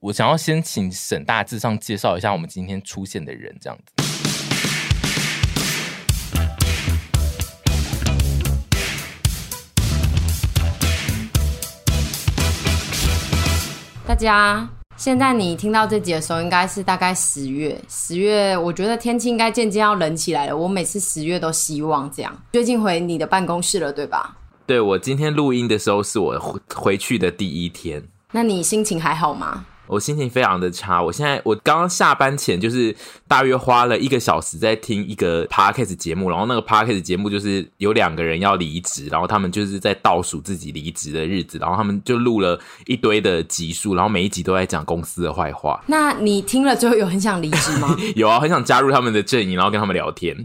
我想要先请沈大致上介绍一下我们今天出现的人，这样子。大家，现在你听到这集的时候，应该是大概十月。十月，我觉得天气应该渐渐要冷起来了。我每次十月都希望这样。最近回你的办公室了，对吧？对我今天录音的时候是我回回去的第一天，那你心情还好吗？我心情非常的差。我现在我刚刚下班前就是大约花了一个小时在听一个 podcast 节目，然后那个 podcast 节目就是有两个人要离职，然后他们就是在倒数自己离职的日子，然后他们就录了一堆的集数，然后每一集都在讲公司的坏话。那你听了之后有很想离职 吗？有啊，很想加入他们的阵营，然后跟他们聊天。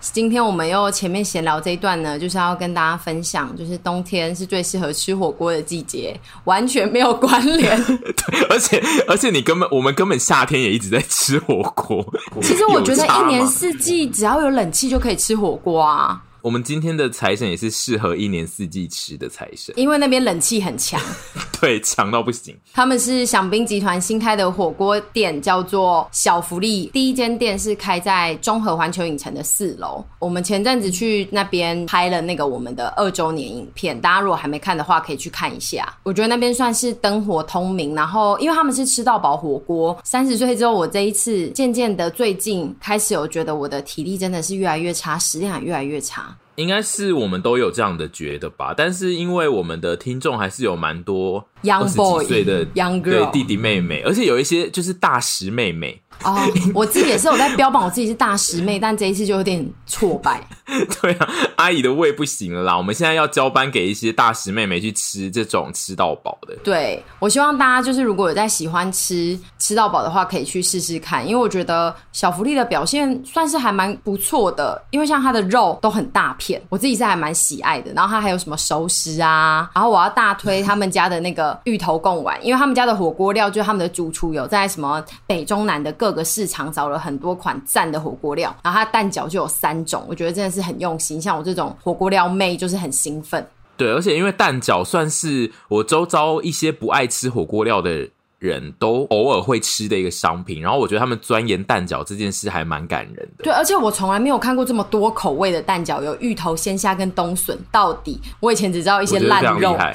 今天我们又前面闲聊这一段呢，就是要跟大家分享，就是冬天是最适合吃火锅的季节，完全没有关 联。而且而且你根本我们根本夏天也一直在吃火锅。其实我觉得有差一吗年四季只要有冷气就可以吃火锅啊，我们今天的财神也是适合一年四季吃的财神，因为那边冷气很强。 对，强到不行。他们是享宾集团新开的火锅店，叫做小福利。第一间店是开在中和环球影城的四楼。我们前阵子去那边拍了那个我们的二周年影片，大家如果还没看的话，可以去看一下。我觉得那边算是灯火通明，然后因为他们是吃到饱火锅。三十岁之后，我这一次渐渐的最近开始有觉得我的体力真的是越来越差，食量也越来越差。应该是我们都有这样的觉得吧，但是因为我们的听众还是有蛮多 Young 二十 boy，几岁的 young 对 girl 弟弟妹妹，而且有一些就是大食妹妹，哦，我自己也是有在标榜我自己是大师妹，但这一次就有点挫败。对啊，阿姨的胃不行了啦，我们现在要交班给一些大食妹妹去吃这种吃到饱的。对，我希望大家就是如果有在喜欢吃吃到饱的话，可以去试试看，因为我觉得小福利的表现算是还蛮不错的，因为像它的肉都很大片，我自己是还蛮喜爱的。然后它还有什么熟食啊，然后我要大推他们家的那个芋头贡丸，因为他们家的火锅料就是他们的主厨有在什么北中南的各个市场找了很多款赞的火锅料，然后它蛋饺就有三种，我觉得真的是很用心。像我这种火锅料妹就是很兴奋。对，而且因为蛋饺算是我周遭一些不爱吃火锅料的人都偶尔会吃的一个商品，然后我觉得他们钻研蛋饺这件事还蛮感人的。对，而且我从来没有看过这么多口味的蛋饺，有芋头、鲜虾跟冬笋。到底我以前只知道一些我觉得烂非常厉肉，害，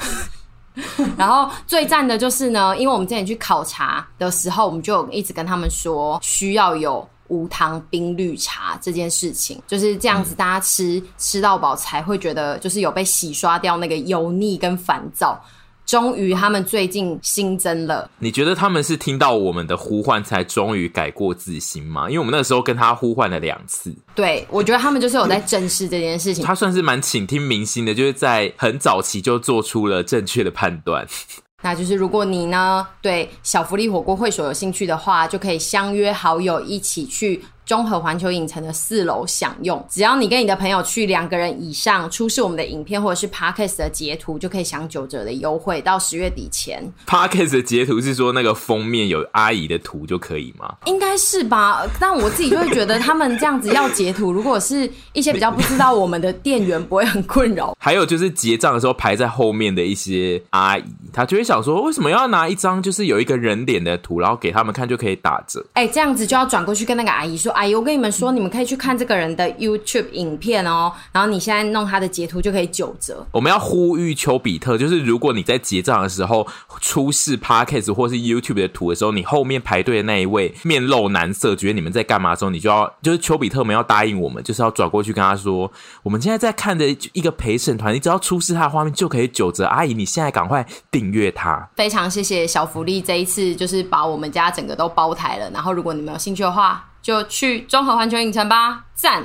然后最赞的就是呢，因为我们之前去考察的时候，我们就有一直跟他们说需要有。无糖冰绿茶这件事情，就是这样子，大家吃、嗯吃到饱才会觉得就是有被洗刷掉那个油腻跟烦躁。终于，他们最近新增了你觉得他们是听到我们的呼唤才终于改过自新吗？因为我们那个时候跟他呼唤了两次，对我觉得他们就是有在正视这件事情。他算是蛮倾听民心的，就是在很早期就做出了正确的判断。 那就是如果你呢对小福利火锅会所有兴趣的话，就可以相约好友一起去中和环球影城的四楼享用。只要你跟你的朋友去两个人以上，出示我们的影片或者是 podcast 的截图，就可以享九折的优惠，到十月底前 Podcast 的截图是说那个封面有阿姨的图就可以吗？应该是吧？但我自己就会觉得他们这样子要截图，如果是一些比较不知道我们的店员，不会很困扰。还有就是结账的时候排在后面的一些阿姨，她就会想说，为什么要拿一张就是有一个人脸的图，然后给他们看就可以打折？哎、这样子就要转过去跟那个阿姨说：“阿姨，我跟你们说，你们可以去看这个人的 YouTube 影片哦，然后你现在弄他的截图就可以九折。我们要呼吁丘比特，就是如果你在结账的时候出示 Podcast 或是 YouTube 的图的时候，你后面排队的那一位面露难色，觉得你们在干嘛的时候，你就要就是丘比特们要答应我们，就是要转过去跟他说，我们现在在看的一个陪审团，你只要出示他的画面就可以九折。阿姨，你现在赶快订阅他。”非常谢谢小福利这一次就是把我们家整个都包台了。然后如果你们有兴趣的话，就去综合环球影城吧，赞！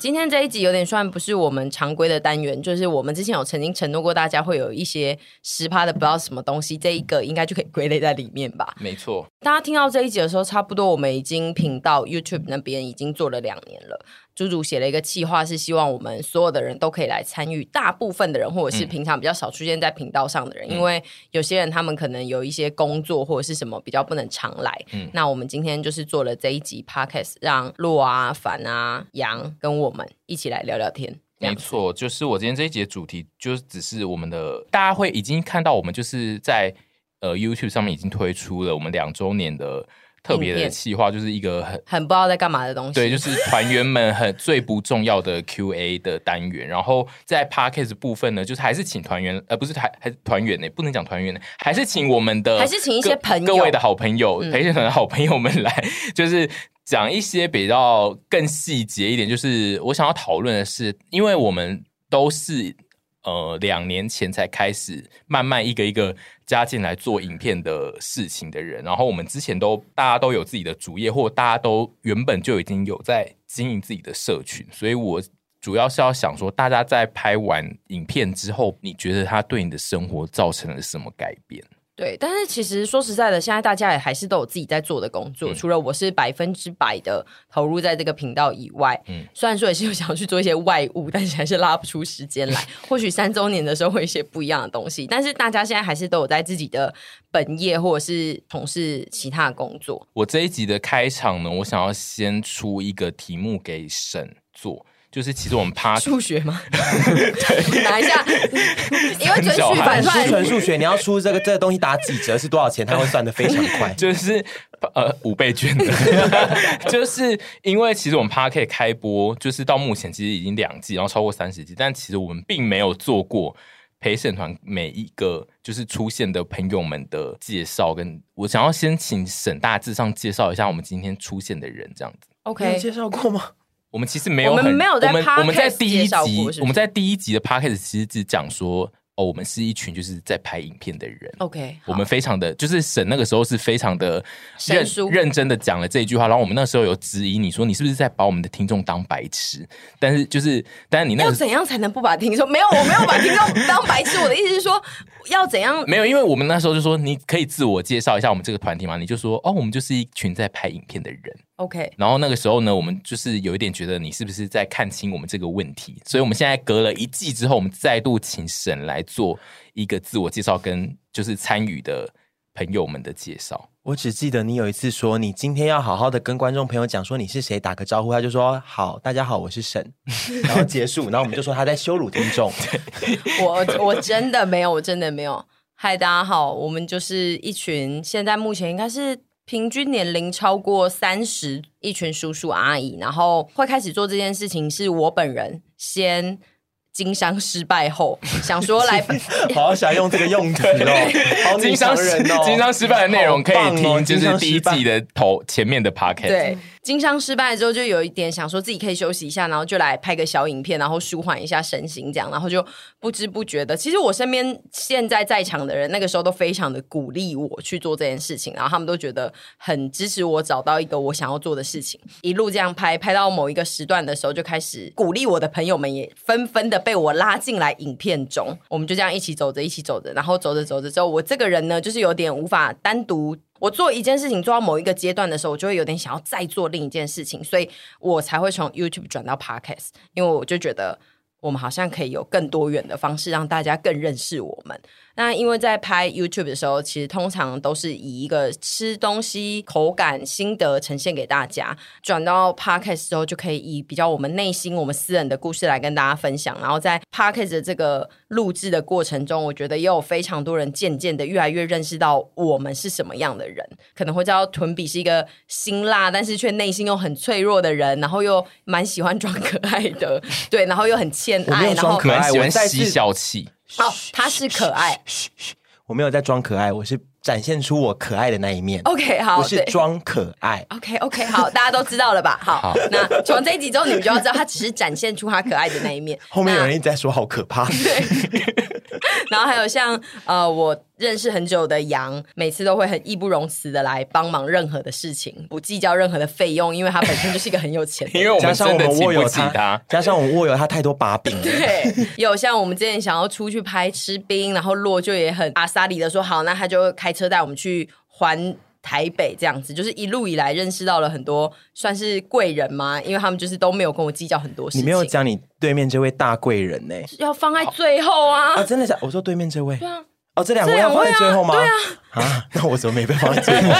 今天这一集有点算不是我们常规的单元，就是我们之前有曾经承诺过大家会有一些十趴的不知道什么东西，这一个应该就可以归类在里面吧。没错，大家听到这一集的时候，差不多我们已经频道 YouTube 那边已经做了两年了。猪猪写了一个计划，是希望我们所有的人都可以来参与，大部分的人或者是平常比较少出现在频道上的人，因为有些人他们可能有一些工作或者是什么比较不能常来。那我们今天就是做了这一集 Podcast，让洛啊、凡啊、杨跟我们一起来聊聊天。没这样子错，就是我今天这一节主题，就只是我们的大家会已经看到我们就是在。呃 YouTube 上面已经推出了我们两周年的特别影的片企划，就是一个很很不知道在干嘛的东西。对，就是团员们很最不重要的 Q&A 的单元。然后在 Podcast 部分呢，就是还是请团员，呃，不是还还是团员呢、不能讲团员呢、还是请我们的，还是请一些各朋友各位的好朋友，嗯 陪审团的好朋友们来，就是。讲一些比较更细节一点，就是我想要讨论的是，因为我们都是呃两年前才开始慢慢一个一个加进来做影片的事情的人，然后我们之前都大家都有自己的主业，或大家都原本就已经有在经营自己的社群，所以我主要是要想说，大家在拍完影片之后，你觉得它对你的生活造成了什么改变？对，但是其实说实在的，现在大家也还是都有自己在做的工作，嗯除了我是百分之百的投入在这个频道以外，嗯虽然说也是有想要去做一些外务，但是还是拉不出时 间来。或许三周年的时候会有一些不一样的东西，但是大家现在还是都有在自己的本业或者是从事其他的工作。我这一集的开场呢，我想要先出一个题目给沈做，就是其实我们 p 数学吗？ 拿 一下，因为准小许孩。反你串是纯数学，你要出这个这个东西打几折是多少钱，他会算的非常快 就是呃五倍券的， 就是因为其实我们 p a r k 开播，就是到目前其实已经两季，然后超过三十季，但其实我们并没有做过陪审团每一个就是出现的朋友们的介绍，跟我想要先请沈大致上介绍一下我们今天出现的人这样子。你 有 OK，介绍过吗？我们其实没有我很，们没有在我们 podcast 我们在第一介绍过集，是不是我们在第一集的 p a r k 其实只讲说哦，我们是一群就是在拍影片的人。 OK，我们非常的，就是沈那个时候是非常的沈认叔认真的讲了这一句话，然后我们那时候有质疑你说你是不是在把我们的听众当白痴？但是就是，但是你那要个时怎样才能不把听众？没有，我没有把听众当白痴。我的意思是说，要怎样？没有，因为我们那时候就说你可以自我介绍一下我们这个团体嘛，你就说哦，我们就是一群在拍影片的人。 OK，然后那个时候呢，我们就是有一点觉得你是不是在看清我们这个问题，所以我们现在隔了一季之后，我们再度请沈来做一个自我介绍跟就是参与的朋友们的介绍。我只记得你有一次说，你今天要好好的跟观众朋友讲说你是谁，打个招呼，他就说好，大家好，我 是沈，然后结束，然后我们就说他在羞辱听众， 我我真的没有，我真的没有。嗨，大家好，我们就是一群现在目前应该是平均年龄超过三十，一群叔叔阿姨，然后会开始做这件事情，是我本人先经商失败后，想说来好想用这个用词哦，好经女商强失人哦，经商失败的内容可好以棒哦听，就经是商第一失败季的头前面的 podcast。，对，经商失败之后，就有一点想说自己可以休息一下，然后就来拍个小影片，然后舒缓一下身心，这样，然后就不知不觉的，其实我身边现在在场的人，那个时候都非常的鼓励我去做这件事情，然后他们都觉得很支持我找到一个我想要做的事情，一路这样拍，拍到某一个时段的时候，就开始鼓励我的朋友们也纷纷的被我拉进来影片中，我们就这样一起走着，一起走着，然后走着走着之后，我这个人呢，就是有点无法单独。我做一件事情做到某一个阶段的时候，我就会有点想要再做另一件事情，所以我才会从 YouTube 转到 Podcast，因为我就觉得我们好像可以有更多元的方式让大家更认识我们。那因为在拍 YouTube 的时候，其实通常都是以一个吃东西口感心得呈现给大家，转到 Podcast 之后，就可以以比较我们内心、我们私人的故事来跟大家分享。然后在 Podcast 的这个录制的过程中，我觉得也有非常多人渐渐的越来越认识到我们是什么样的人，可能会知道屯比是一个辛辣，但是却内心又很脆弱的人，然后又蛮喜欢装可爱的，对，然后又很欠我没爱，有然装后可爱蛮喜欢我再吸次笑气。哦，他是可爱。嘘嘘，我没有在装可爱，我是展现出我可爱的那一面， OK，好，哦我对。是装可爱。 OK OK，好，大家都知道了吧？好，好那从这一集之后，你们就要知道，他只是展现出他可爱的那一面。后面有那人一直在说好可怕，然后还有像呃，我认识很久的杨，每次都会很义不容辞的来帮忙任何的事情，不计较任何的费用，因为他本身就是一个很有钱的 人。因为我加们上真我的们请不握有起他他，，加上我们握有他太多把柄 了。对，有像我们之前想要出去拍吃冰，然后洛就也很阿萨里的说好，那他就开车带我们去环台北这样子，就是一路以来认识到了很多算是贵人嘛，因为他们就是都没有跟我计较很多事你情。没有讲你对面这位大贵人呢、哦要放在最后啊啊，。真的假？我说对面这位啊，哦，这两位要放在最后吗？对啊，啊，那我怎么没被放 在最后？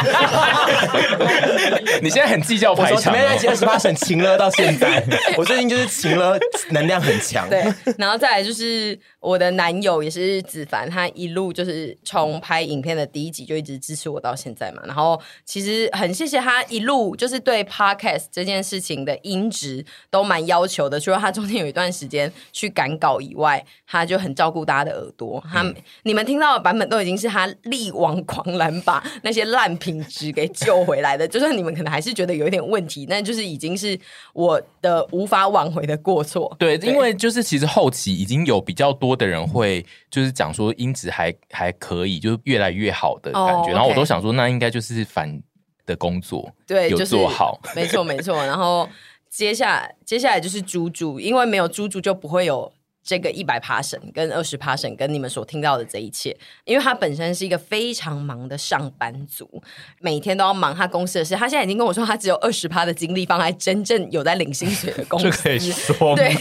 你现在很计较我排说前场面那哦、集二十八省晴了到 现在，我最近就是晴了，能量很强。对，然后再来就是我的男友也是子凡，他一路就是从拍影片的第一集就一直支持我到现在嘛。然后其实很谢谢他一路就是对 podcast 这件事情的音质都蛮要求的，除了他中间有一段时间去赶稿以外，他就很照顾大家的耳朵。他、嗯你们听到的版本都已经是他力挽狂澜把那些烂品质给救回来的，就算你们可能还是觉得有一点问题，那就是已经是我的无法挽回的过错。对，因为就是其实后期已经有比较多的人会就是讲说音质还还可以，就是越来越好的感哦觉。然后我 OK 都想说，那应该就是反的工作，对，有就是做好，没错没错。然后接下接下来就是猪猪，因为没有猪猪就不会有。这个一百趴神跟二十趴神跟你们所听到的这一切，因为他本身是一个非常忙的上班族，每天都要忙他公司的事。他现在已经跟我说，他只有二十趴的精力放在真正有在领薪水的公司。说对，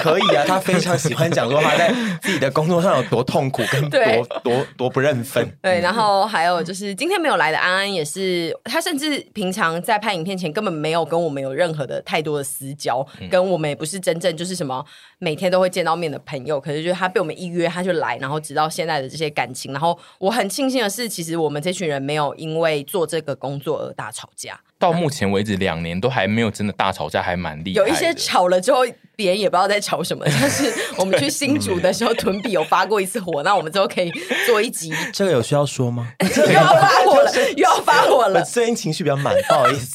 可以啊，他非常喜欢讲说他在自己的工作上有多痛苦，跟 对多多多不认 分。嗯对，然后还有就是今天没有来的安安也是，他甚至平常在拍影片前根本没有跟我们有任何的太多的私交，嗯跟我们也不是真正就是什么每天都会见到面的朋友。可是就是他被我们一约他就来，然后直到现在的这些感情。然后我很庆幸的是，其实我们这群人没有因为做这个工作而大吵架， 到目前为止两年都还没有真的大吵架，还蛮厉害的。有一些吵了之后，别人也不知道在吵什么。像是我们去新竹的时候，屯比有发过一次火，那我们之后可以做一 集，这个有需要 说吗？又要发火了，又要发火我了。最近情绪比较满，不好意思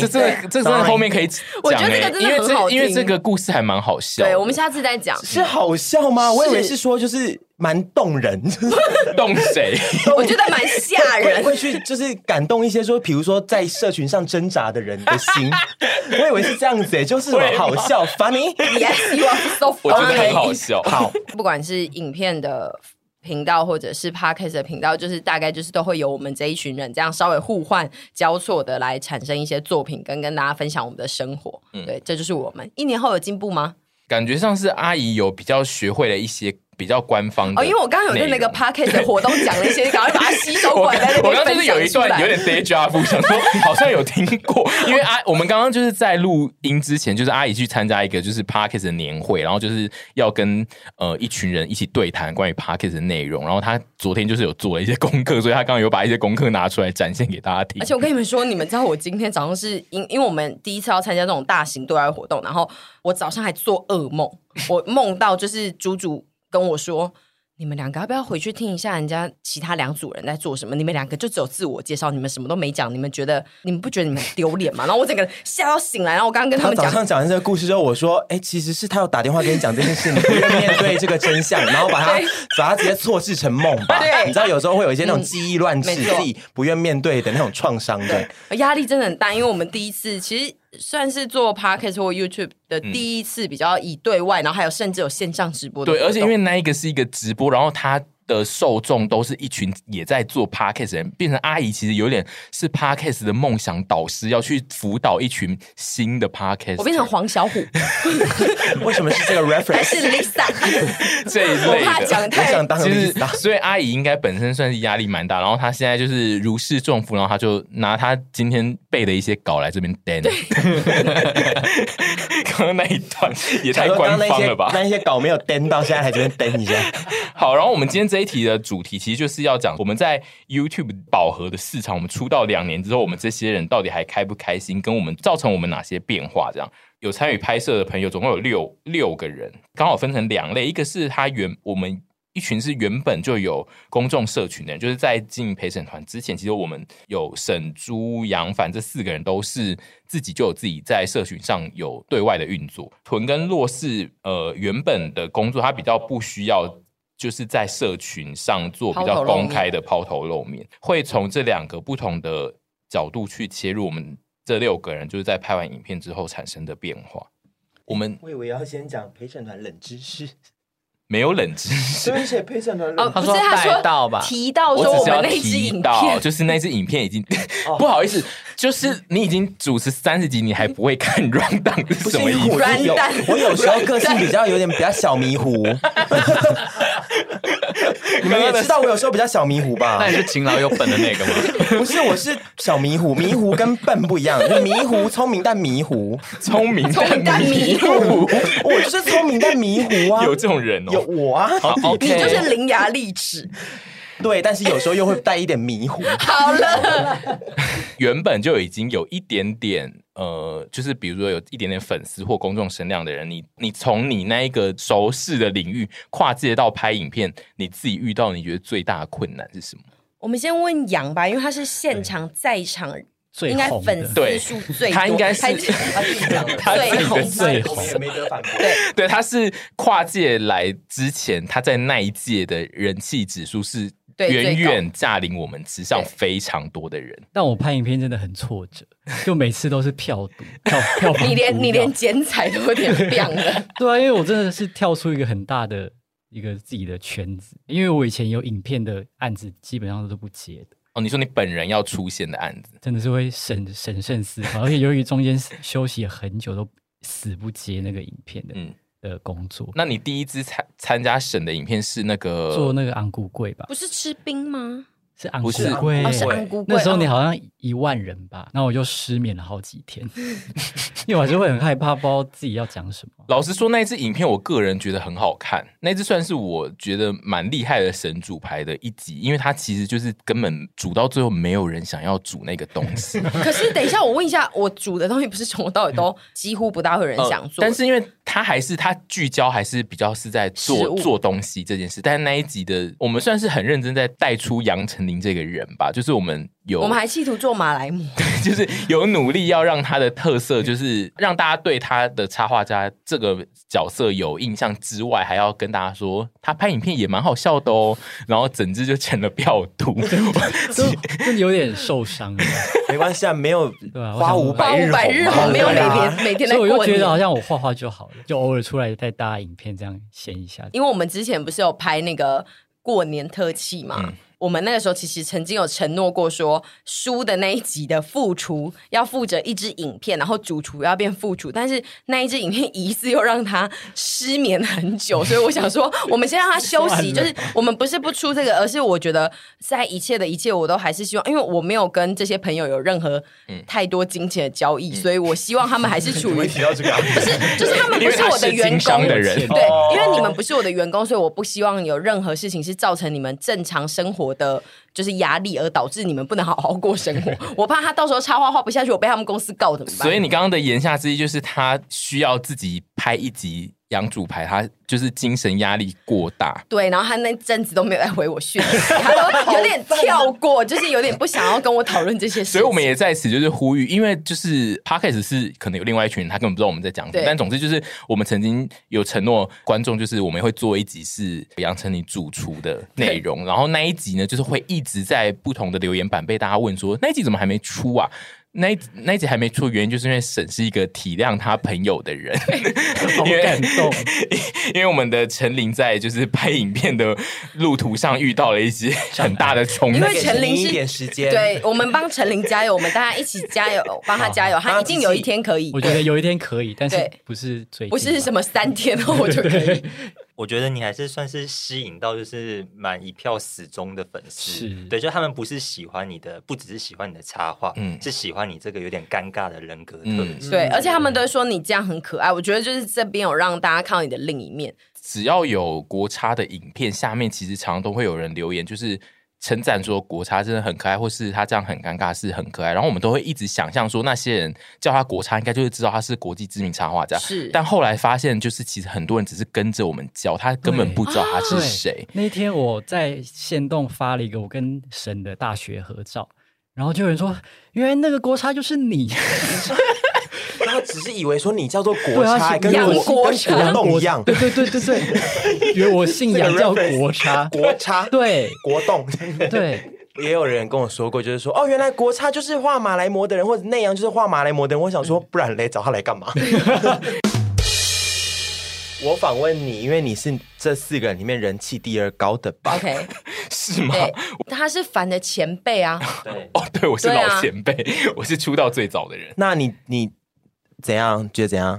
这真的，这真的 Sorry 后面可以讲、欸。 我觉得这个真因的为很好这因为听这个故事还蛮好笑的。对，我们下次再 讲。是好笑吗？我以为是是说就是蛮 动人，动谁？我觉得蛮吓会人。会去就是感动一些说，比如说在社群上挣扎的人的 心。我以为是这样子、欸，就是什么好笑，funny。你还 希望 so 我觉得很 funny？好笑。好， 不管是影片的频道或者是 podcast 的频道，就是大概就是都会有我们这一群人这样稍微互换交错的来产生一些作品，跟跟大家分享我们的生活。嗯对，这就是我们。一年后有进步吗？感觉上是阿姨有比较学会了一些比较官方的哦，因为我刚刚有在那个内容 podcast 的活动讲了一些，赶快把它吸收我过来， 在那我边刚刚就是有一分享段出来有点 deja vu，想说好像有听过，因为阿我们刚刚就是在录音之前，就是阿姨去参加一个就是 Parkes 的年会，然后就是要跟呃一群人一起对谈关于 Parkes 的内容，然后她昨天就是有做了一些功课，所以她刚刚有把一些功课拿出来展现给大家听而。且我跟你们说，你们知道我今天早上是因因为我们第一次要参加这种大型对外活动，然后我早上还做噩梦，我梦到就是猪猪跟我说。你们两个要不要回去听一下人家其他两组人在做什么？你们两个就只有自我介绍，你们什么都没讲，你们觉得你们不觉得你们很丢脸吗？然后我整个人吓到醒来，然后我刚刚 跟他他们早讲，上讲完这个故事之后，我说：“哎、其实是他有打电话跟你讲这件事，你不愿面对这个真相，然后把 它对把它直接错置成梦吧。对你知道有时候会有一些那种记忆乱嗯治，没错自己不愿面对的那种创伤的。压力真的很大，因为我们第一次其实算是做 podcast 或 YouTube 的嗯第一次比较以对外，然后还有甚至有线上直播的活对，动，而且因为那一个是一个直播，然后他的受众都是一群也在做 podcast 的人，变成阿姨其实有点是 podcast 的梦想导师，要去辅导一群新的 podcast。我变成黄小虎，为什么是这个还 reference？是 Lisa。 这一我类怕的。讲得我太想当其实 Lisa，，所以阿姨应该本身算是压力蛮大，然后她现在就是如释重负，然后她就拿她今天背的一些稿来这边 d 刚刚那一段也太想说官刚刚那方些了吧？那一些稿没有登到，现在还这边登一下。好，然后我们今天这一题的主题其实就是要讲我们在 YouTube 饱和的市场，我们出道两年之后，我们这些人到底还开不开心，跟我们造成我们哪些变化？这样有参与拍摄的朋友总共有六六个人，刚好分成两类，一个是他原我们。一群是原本就有公众社群的人，就是在进陪审团之前，其实我们有沈朱、杨凡这四个人都是自己就有自己在社群上有对外的运作。屯跟洛是呃原本的工作，他比较不需要就是在社群上做比较公开的抛头露面，会从这两个不同的角度去切入我们这六个人就是在拍完影片之后产生的变化。我们我以为要先讲陪审团冷知识，没有冷知识，对不起，陪审团哦，不知是识他带到说吧提到说我只 我是们要那支影提到，片，哦就是那支影片已经不好意思，就是你已经主持三十集，你还不会看 round down 是不是什么意因为思？我就是有软蛋 我有时候个性比较有点比较小迷糊，你们也知道我有时候比较小迷糊吧哎那？你是勤劳又笨的那个吗？不是，我是小迷糊，迷糊跟笨不一样，就是迷糊聪明但迷糊， 聪明聪明但迷糊，我就是聪明但迷糊 啊，有这种人有哦。我啊，好你，OK，就是伶牙俐齿。对，但是有时候又会带一点迷 糊，好了，原本就已经有一点点呃，就是比如说有一点点粉丝或公众声量的人，你你从你那一个熟识的领域跨界到拍影片，你自己遇到你觉得最大的困难是什么？ 我们先问杨吧，因为他是现场在场。最应该红的粉丝对数最多，他应该是他自己他自己讲的他自己的最红最我红也 没得反驳。对，他是跨界来之前，他在那一届的人气指数是对最远高远驾临我们之上对非常多的人。但我拍影片真的很挫折，就每次都是票赌，票票房你连毒你药连剪彩都有点亮 了。对啊，因为我真的是跳出一个很大的一个自己的圈子，因为我以前有影片的案子基本上都不接的，哦，你说你本人要出现的案子，真的是会审审慎思考，而且由于中间休息很久都死不接那个影片的、嗯的工作，那你第一支参参加审的影片是那个做那个昂古柜吧不，是吃冰吗？是呃昂不古是柜哦，。是安菇贵。那时候你哦好像一万人吧，然后我就失眠了好几 天，因为我还是会很害怕，不知道自己要讲什么。老实说，那一支影片我个人觉得很好看，那一支算是我觉得蛮厉害的神主牌的一集，因为它其实就是根本煮到最后没有人想要煮那个东 西，哦可是等一下，我问一下，我煮的东西不是从头到尾都几乎不大会有人想呃做，但是因为它还是它聚焦还是比较是在食做物做东西这件事，但是那一集的我们算是很认真在带出杨丞琳这个人吧，就是我们有我们还企图做马来姆， 就是有努力要让他的特色，就是让大家对他的插画家这个角色有印象之外，还要跟大家说他拍影片也蛮好笑的哦。然后整只就成了 票毒， 就就 有点受伤了，没关系啊，没有对啊我花想无说花日五百日嘛红没有每对啊天每天在所以我过就觉得好年。像我画画就好了，就偶尔出来带大家影片这样闲一下。因为我们之前不是有拍那个过年特辑嘛。嗯我们那个时候其实曾经有承诺过说，书的那一集的副厨要负责一支影片，然后主厨要变副厨，但是那一支影片疑似又让他失眠很久，所以我想说，我们先让他休息。就是我们不是不出这个，而是我觉得在一切的一切，我都还是希望，因为我没有跟这些朋友有任何嗯太多金钱的交易，所以我希望他们还是处 于提到这个啊，不是， 就是他们因不为是他我的是员经商工的人，哦对，因为你们不是我的员工，所以我不希望有任何事情是造成你们正常生活的就是压力，而导致你们不能好好过生 活。我怕他到时候插画画不下去，我被他们公司告怎么办？所以你刚刚的言下之意就是他需要自己拍一集养主牌，他就是精神压力过大。对，然后他那阵子都没有来回我讯息，他都有点跳过，就是有点不想要跟我讨论这些事情。所以我们也在此就是呼吁，因为就是 podcast 是可能有另外一群人，他根本不知道我们在讲什么对。但总之就是我们曾经有承诺观众，就是我们会做一集是杨丞琳主厨的内容，然后那一集呢，就是会一直在不同的留言板被大家问说那一集怎么还没出啊？那一那一集还没出，原因就是因为沈是一个体谅他朋友的人，好感动，因为我们的陈琳在就是拍影片的路途上遇到了一些很大的冲因突为。陈琳给你是一点时间，对，我们帮陈琳加油，我们大家一起加油，帮他加油，他一定有一天可以。我觉对得有一天可以，但是对不是最近不是吧什么三天后我就可以。我觉得你还是算是吸引到就是蛮一票死忠的粉丝是，对，就他们不是喜欢你的，不只是喜欢你的插画，嗯是喜欢你这个有点尴尬的人格特嗯质。对，而且他们都会说你这样很可爱。我觉得就是这边有让大家看到你的另一面。只要有国差的影片，下面其实常常都会有人留言，就是称赞说国差真的很可爱，或是他这样很尴尬是很可爱。然后我们都会一直想象说，那些人叫他国差，应该就是知道他是国际知名插画家。是但后来发现，就是其实很多人只是跟着我们叫，他根本不知道他啊是谁。 那一天我在县洞发了一个我跟神的大学合照，然后就有人说，原来那个国差就是你，然后只是以为说你叫做国对啊差，是跟杨国国跟差国栋一样， 对对对对对，因为我姓杨叫国差，国差对国栋。对，也有人跟我说过，就是说哦，原来国差就是画马来模的人，或者那样就是画马来模的人。我想说，不然嘞，找他来干 嘛？我访问你，因为你是这四个人里面人气第二高的啊吧？ OK，是吗？ 对，他是凡的前辈啊，对，哦，对，我是对啊老前辈，我是出道最早的人。那你你怎样？觉得 怎样？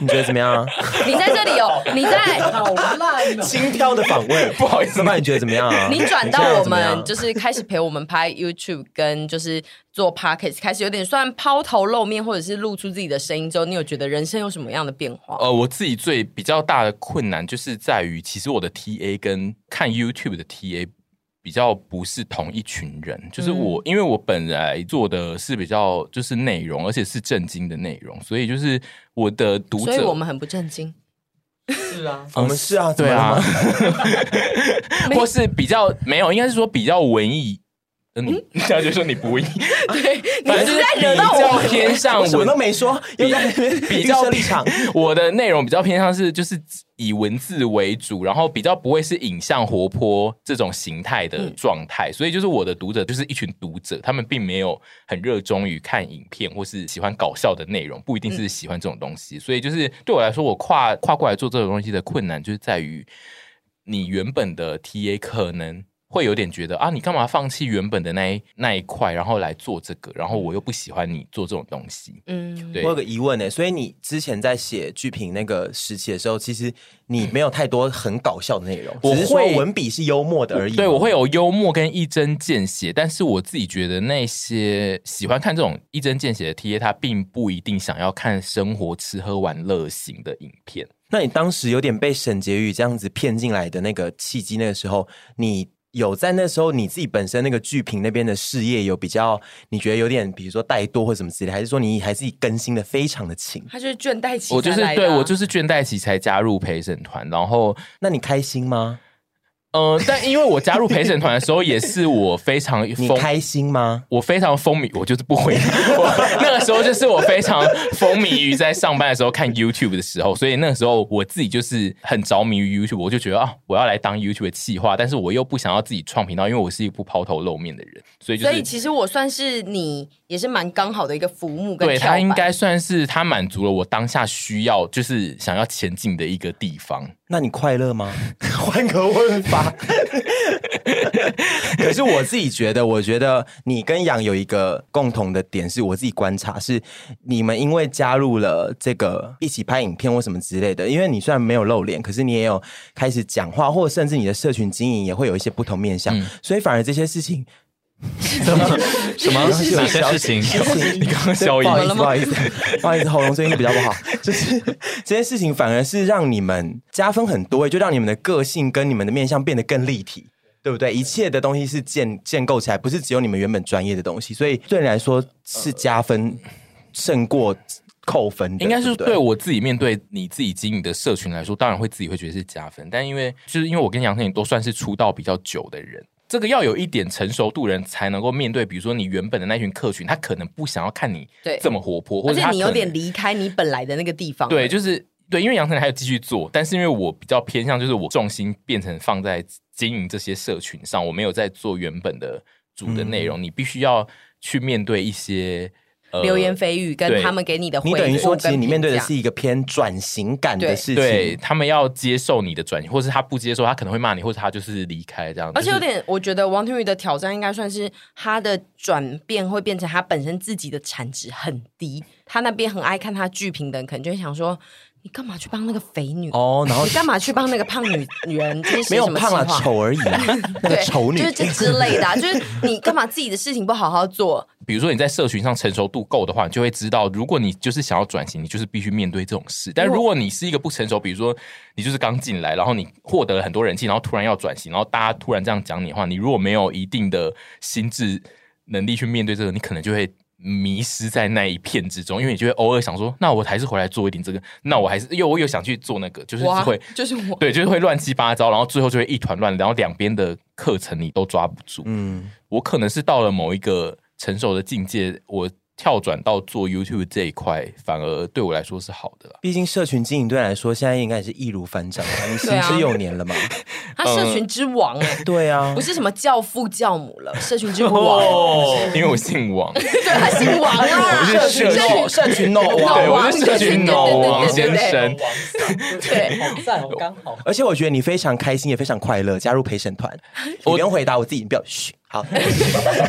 你觉得怎么样？你在这里哦，你 在。好烂哦！轻佻的访问，不好意思，那你觉得怎么样啊？你转觉到得我怎么样哦们，就是开始陪我们拍 YouTube，跟就是做 Podcast，开始有点算抛头露面，或者是露出自己的声音之后，你有觉得人生有什么样的变化？呃，我自己最比较大的困难就是在于，其实我的 TA 跟看 YouTube 的 TA 比较不是同一群人。就是嗯我，因为我本来做的是比较就是内容，而且是正经的内容，所以就是我的读所以者，我们很不正经，我们是啊，怎对么了啊 吗？，或是比较没有，应该是说比较文艺。呃 你这样就说你不文艺，嗯 对，你反正就是是在惹比到我较们。偏向 我什么文都没说，又在那边比预较设立场。我的内容比较偏向是就是以文字为主，然后比较不会是影像活泼这种形态的状态，所以就是我的读者就是一群读者，他们并没有很热衷于看影片或是喜欢搞笑的内容，不一定是喜欢这种东西，所以就是对我来说，我跨跨过来做这种东西的困难就是在于你原本的 TA 可能。会有点觉得啊，你干嘛放弃原本的那一那一块，然后来做这个？然后我又不喜欢你做这种东西，嗯，对我有个疑问呢、欸所以你之前在写剧评那个时期的时候，其实你没有太多很搞笑的内容，我只是说会文笔是幽默的而已。对，我会有幽默跟一针见血，但是我自己觉得那些喜欢看这种一针见血的 T A，他并不一定想要看生活吃喝玩乐型的影片。那你当时有点被沈婕妤这样子骗进来的那个契机，那个时候你有在那时候你自己本身那个剧评那边的事业有比较，你觉得有点比如说怠惰或什么之类，还是说你还是更新的非常的勤？他就是倦怠期我就是才来的对啊我就是倦怠期才加入陪审团，然后那你开心吗？呃，但因为我加入陪审团的时候，也是我非常你疯开心吗？我非常风靡，我就是不回答。我那个时候就是我非常风靡于在上班的时候看 YouTube 的时候，所以那个时候我自己就是很着迷于 YouTube，我就觉得啊，我要来当 YouTube 的企划，但是我又不想要自己创频道，因为我是一个不抛头露面的人，所以就所以是。其实我算是你也是蛮刚好的一个浮木跟对跳他板应该算是他满足了我当下需要，就是想要前进的一个地方。那你快乐吗？ 换个问法。 可是我自己觉得，我觉得你跟杨有一个共同的点，是我自己观察，是你们因为加入了这个一起拍影片或什么之类的，因为你虽然没有露脸，可是你也有开始讲话，或者甚至你的社群经营也会有一些不同面向，所以反而这些事情。怎么什么 哪些事情你刚 刚消音不好意怎么了吗思，不好意思， 不好意思，喉咙最近比较不好。 就是这件事情反而是让你们加分很多，就让你们的个性跟你们的面相变得更立体，对不对？一切的东西是建建构起来，不是只有你们原本专业的东西，所以对你来说是加分胜过扣分的，应该是对不对我自己面对你自己经营的社群来说，当然会自己会觉得是加分，但因为就是因为我跟杨丞琳都算是出道比较久的人。这个要有一点成熟度，人才能够面对。比如说，你原本的那群客群，他可能不想要看你对这么活泼，或而者且他你可有能点离开你本来的那个地方，对，就是对，因为杨丞琳还有继续做，但是因为我比较偏向，就是我重心变成放在经营这些社群上，我没有在做原本的主的内嗯容。你必须要去面对一些、呃流言蜚语跟对他们给你的回你复，等于说，其实你面对的是。一个偏转型感的对事对情。他们要接受你的转型，或是他不接受，他可能会骂你，或者他就是离开这样。而且有就是点，我觉得王天宇的挑战应该算是他的转变会变成他本身自己的产值很低。他那边很爱看他剧评的人，可能就会想说：你干嘛去帮那个肥女？哦，然后你干嘛去帮那个胖女女人？这是写 没有什么胖啊，计划丑而已啊， 那个对，丑女就是这之类的啊、就是你干嘛自己的事情不好好 做？比如说你在社群上成熟度够的话，你就会知道，如果你就是想要转型，你就是必须面对这种事。但如果你是一个不成熟，比如说你就是刚进来，然后你获得了很多人气，然后突然要转型，然后大家突然这样讲你的话，你如果没有一定的心智能力去面对这个，你可能就会。迷失在那一片之中，因为你就会偶尔想说，那我还是回来做一点这个，那我还是又我又想去做那个，就是我啊会就是我，对，就是会乱七八糟，然后最后就会一团乱，然后两边的课程你都抓不住。嗯，我可能是到了某一个成熟的境界，我跳转到做 YouTube 这一块，反而对我来说是好的啦。毕竟社群经营对你来说，现在应该也是易如反掌了， 你啊行之有年了嘛。他嗯社群之王哎、对啊不，是什么教父教母了，社群之哦王，因为我姓王，对，他姓王啊，我是社群社群 no 网对，我王是社群脑王对对对对先对生。对，好赞哦，刚好。而且我觉得你非常开心，也非常快乐，加入陪审团。我不用回答，我自己你不要嘘。 好，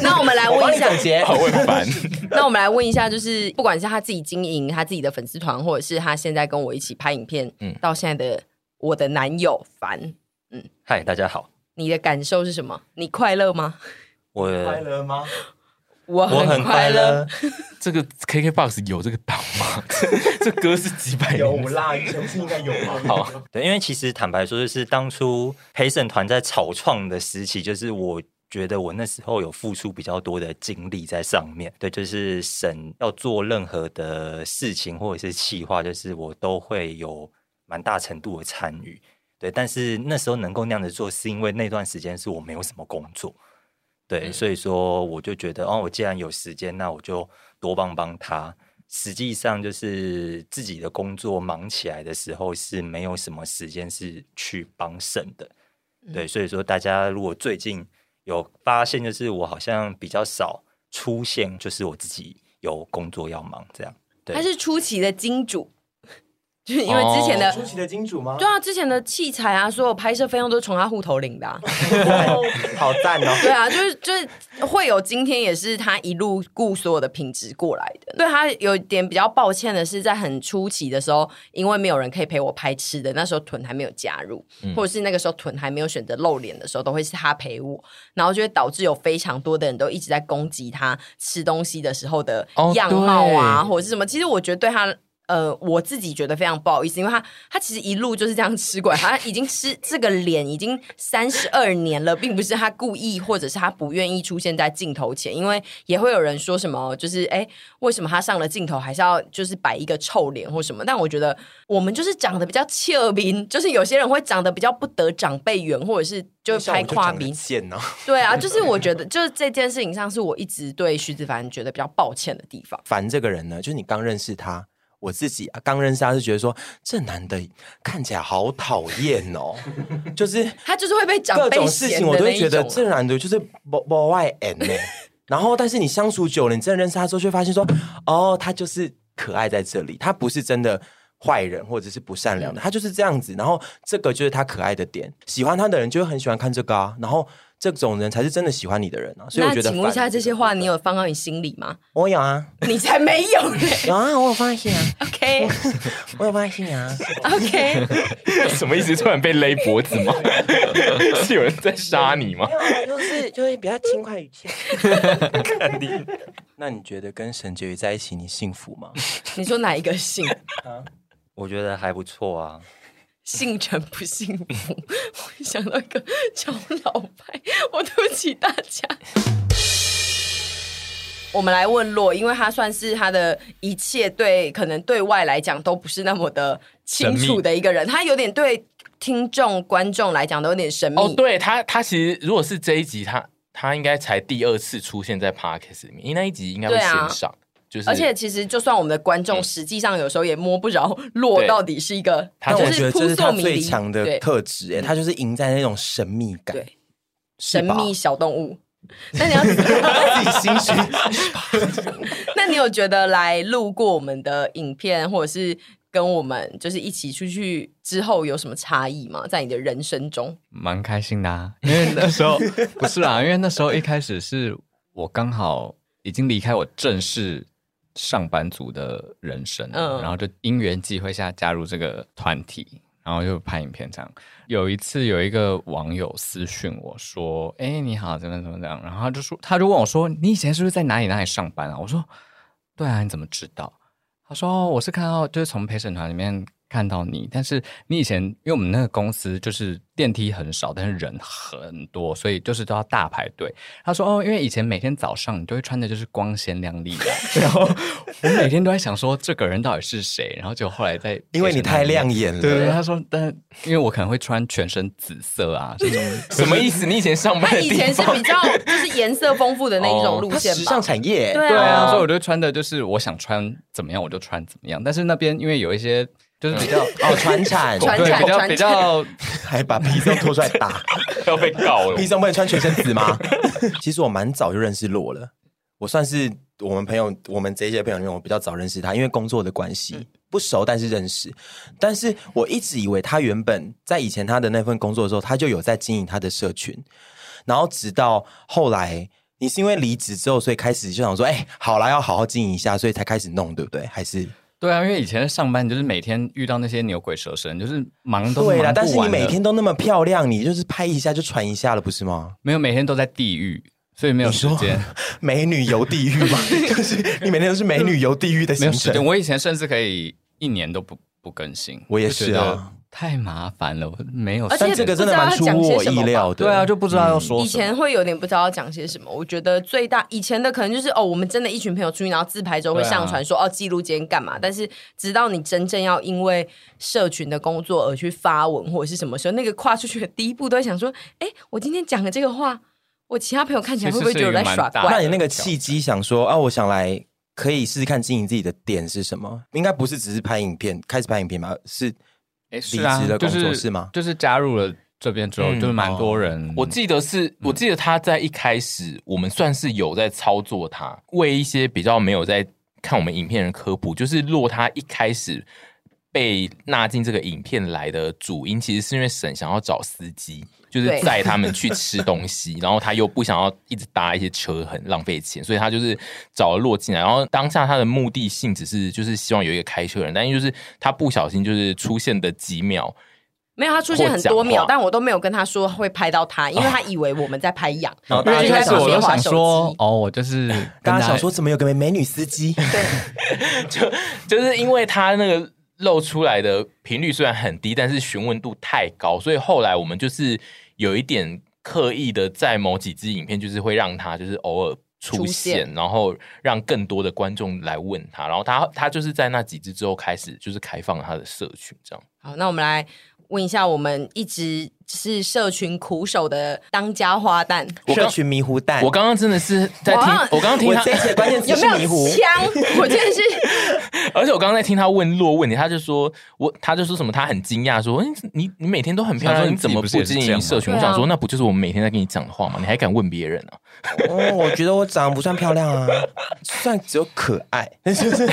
那我们来我帮问一你下总，结。好问烦，那我们来问一下，就是不管是他自己经营他自己的粉丝团，或者是他现在跟我一起拍影片，嗯到现在的我的男友凡，嗨，大家好，你的感受是什么？你快乐吗？我乐吗？我我很快乐，，这个 KKBOX 有这个档吗？ 这歌是几百年前啦，全是应该有吧？好，对，因为其实坦白说，就是当初陪审团在草创的时期，就是我。觉得我那时候有付出比较多的精力在上面，对，就是审要做任何的事情或者是企划，就是我都会有蛮大程度的参与，对。但是那时候能够那样子做，是因为那段时间是我没有什么工作，对，所以说我就觉得，哦，我既然有时间，那我就多帮帮他。实际上，就是自己的工作忙起来的时候，是没有什么时间是去帮省的。对，所以说大家如果最近有发现，就是我好像比较少出现，就是我自己有工作要忙这样。对他是初期的金主，就是因为之前的。期的金主吗对啊，之前的器材啊，所有拍摄费用都是从他户头领的、啊。 好赞哦！对啊，就是就是会有今天，也是他一路顾所有的品质过来的。对他有一点比较抱歉的是，在很初期的时候，因为没有人可以陪我拍吃的，那时候屯还没有加入，或者是那个时候屯还没有选择露脸的时候，都会是他陪我，然后就会导致有非常多的人都一直在攻击他吃东西的时候的哦样貌啊，对或者是什么。其实我觉得对他。呃，我自己觉得非常不好意思，因为他他其实一路就是这样吃过来，他已经吃这个脸已经三十二年了，并不是他故意或者是他不愿意出现在镜头前，因为也会有人说什么，就是哎，为什么他上了镜头还是要就是摆一个臭脸或什么？但我觉得我们就是长得比较俏皮，就是有些人会长得比较不得长辈缘，或者是就像我拍胯长得鼻贱哦。对啊，就是我觉得，就是这件事情上，是我一直对徐子凡觉得比较抱歉的地方。凡这个人呢，就是你刚认识他，我自己啊刚认识他是觉得说这男的看起来好讨厌哦，就是他就是会被长各辈种事嫌情的我都那会一觉得种啊这男的就是不不外 N 呢。 然后，但是你相处久了，你真的认识他之后，就会发现说，哦，他就是可爱在这里，他不是真的坏人或者是不善嗯良的，他就是这样子。然后这个就是他可爱的点，喜欢他的人就会很喜欢看这个啊。然后这种人才是真的喜欢你的人啊。所以我那觉得，请问一下，这些话你？有放到你心里吗？我有啊，你才没有嘞。 有啊，我有发现啊， OK 我有发现啊。 OK，什么意思？突然被勒脖子吗？ 是有人在杀你吗？就是就是比较轻快语气。那你觉得跟沈婕妤在一起，你幸福 吗？你说哪一个姓？我觉得还不错啊，姓陈不幸福？我想到一个超老派，我对不起大家。我们来问洛，因为他算是他的一切对可能对外来讲都不是那么的清神秘楚的一个人，他有点对听众观众来讲都有点神秘。哦，对他，他其实如果是这一集，他他应该才第二次出现在 podcast 里面，因为那一集应该会对啊先上，就是而且其实就算我们的观嗯众，实际上有时候也摸不着洛对到底是一个，他但就我啊就觉是得这扑是他朔迷最离强对嗯的特质，哎，他就是赢在那种神秘感，对是神吧，秘小动物。那你要，自己心虚。那你有觉得来录过我们的影片，或者是跟我们就是一起出去之后有什么差异吗？在你的人生中，蛮开心的、啊，因为那时候不是啦，因为那时候一开始是我刚好已经离开我正式上班族的人生，嗯然后就因缘际会下加入这个团体，然后就拍影片这样。有一次有一个网友私讯我说：“哎、你好，怎么怎么怎么样？”然后他就说，他就问我说：“你以前是不是在哪里哪里上班啊？”我说：“对啊，你怎么知道？”他说哦：“我是看到，就是从陪审团里面看到你，但是你以前因为我们那个公司就是电梯很少，但是人很多，所以就是都要大排队。”他说：“哦，因为以前每天早上你都会穿的就是光鲜亮丽的， 然后我每天都在想说这个人到底是谁，然后就后来在因为你太亮眼。”眼了。对对，他说，但因为我可能会穿全身紫色 啊，这种什么意思？你以前上班他的啊以地前是方比较就是颜色丰富的那一种路他线哦时尚吧？产业，对对啊，所以啊，我就穿的就是我想穿怎么样我就穿怎么样。但是那边因为有一些就是比较哦，传产传对产比较传比较 还把披风拖出来 打，要被告了披。风不能穿全身紫吗？ 其实我蛮早就认识洛了，我算是我们朋友，我们这些朋友里面我比较早认识他，因为工作的关系。不熟，但是认识。但是我一直以为他原本在以前他的那份工作的时候，他就有在经营他的社群。然后直到后来，你是因为离职之后，所以开始就想说，哎、好啦，要好好经营一下，所以才开始弄，对不对？还是对啊，因为以前上班就是每天遇到那些牛鬼蛇神，就是忙都对啦，忙但是不你完每的天都那么漂亮，你就是拍一下就传一下了，不是吗？ 没有每天都在地狱，所以没有你时说 间，美女游地狱 吗？就是你每天都是美女游地狱的没行有时间。程。我以前甚至可以一年都不不更新，我也就觉是啊得太麻烦了，我没有而且但这个真的蛮出乎我意料的，对啊，就不知道要说嗯以什么前会有点不知道要讲些什么。我觉得最大以前的可能就是哦，我们真的一群朋友出去，然后自拍之后会对啊上传说、哦记录今天干嘛。但是直到你真正要因为社群的工作而去发文或者是什么时候，那个跨出去的第一步，都在想说，哎，我今天讲的这个话，我其他朋友看起来会不会觉得我在耍其实是一个蛮大那的怪？你那个契机想说啊，我想来可以试试看经营自己的点是什么？应该不是只是拍影片，开始拍影片吧？是诶离是啊职的工就作是是吗？就是加入了这边之后，嗯就是蛮多人，我记得是，我记得他在一开始，我们算是有在操作他，为一些比较没有在看我们影片的人科普，就是若他一开始被纳进这个影片来的主因，其实是因为沈想要找司机，就是对载他们去吃东西， 然后他又不想要一直搭一些车，很浪费钱，所以他就是找了洛进来。然后当下他的目的性只是就是希望有一个开车人，但是就是他不小心就是出现的几秒，没有，他出现很多或讲秒话，但我都没有跟他说会拍到他，因为哦他以为我们在拍痒，然后因他大家就为在就一开在始旁我边都划想手说机，。哦，我就是 大跟家他想说怎么有个美美女司机？ 就是因为他那个露出来的频率虽然很低，但是询问度太高，所以后来我们就是有一点刻意的在某几支影片，就是会让他就是偶尔。出出现，现然后让更多的观众来问他，然后他他就是在那几支之后开始就是开放他的社群，这样好，那我们来问一下，我们一直是社群苦手的当家花旦，我刚社群迷糊蛋，我刚刚真的是在听哇，我刚刚听哎我他这一期的关键词有没是有迷糊。枪？我真 的是，而且我刚刚在听他问洛问题，他就说我，他就说什么，他很惊讶说，哎你你你每天都很漂亮，想说你你怎么自己不是经也是这样营吗社群？我对啊想说，那不就是我们每天在跟你讲的话吗？你还敢问别人啊？嗯，我觉得我长得不算漂亮啊，算只有可爱， 但是就是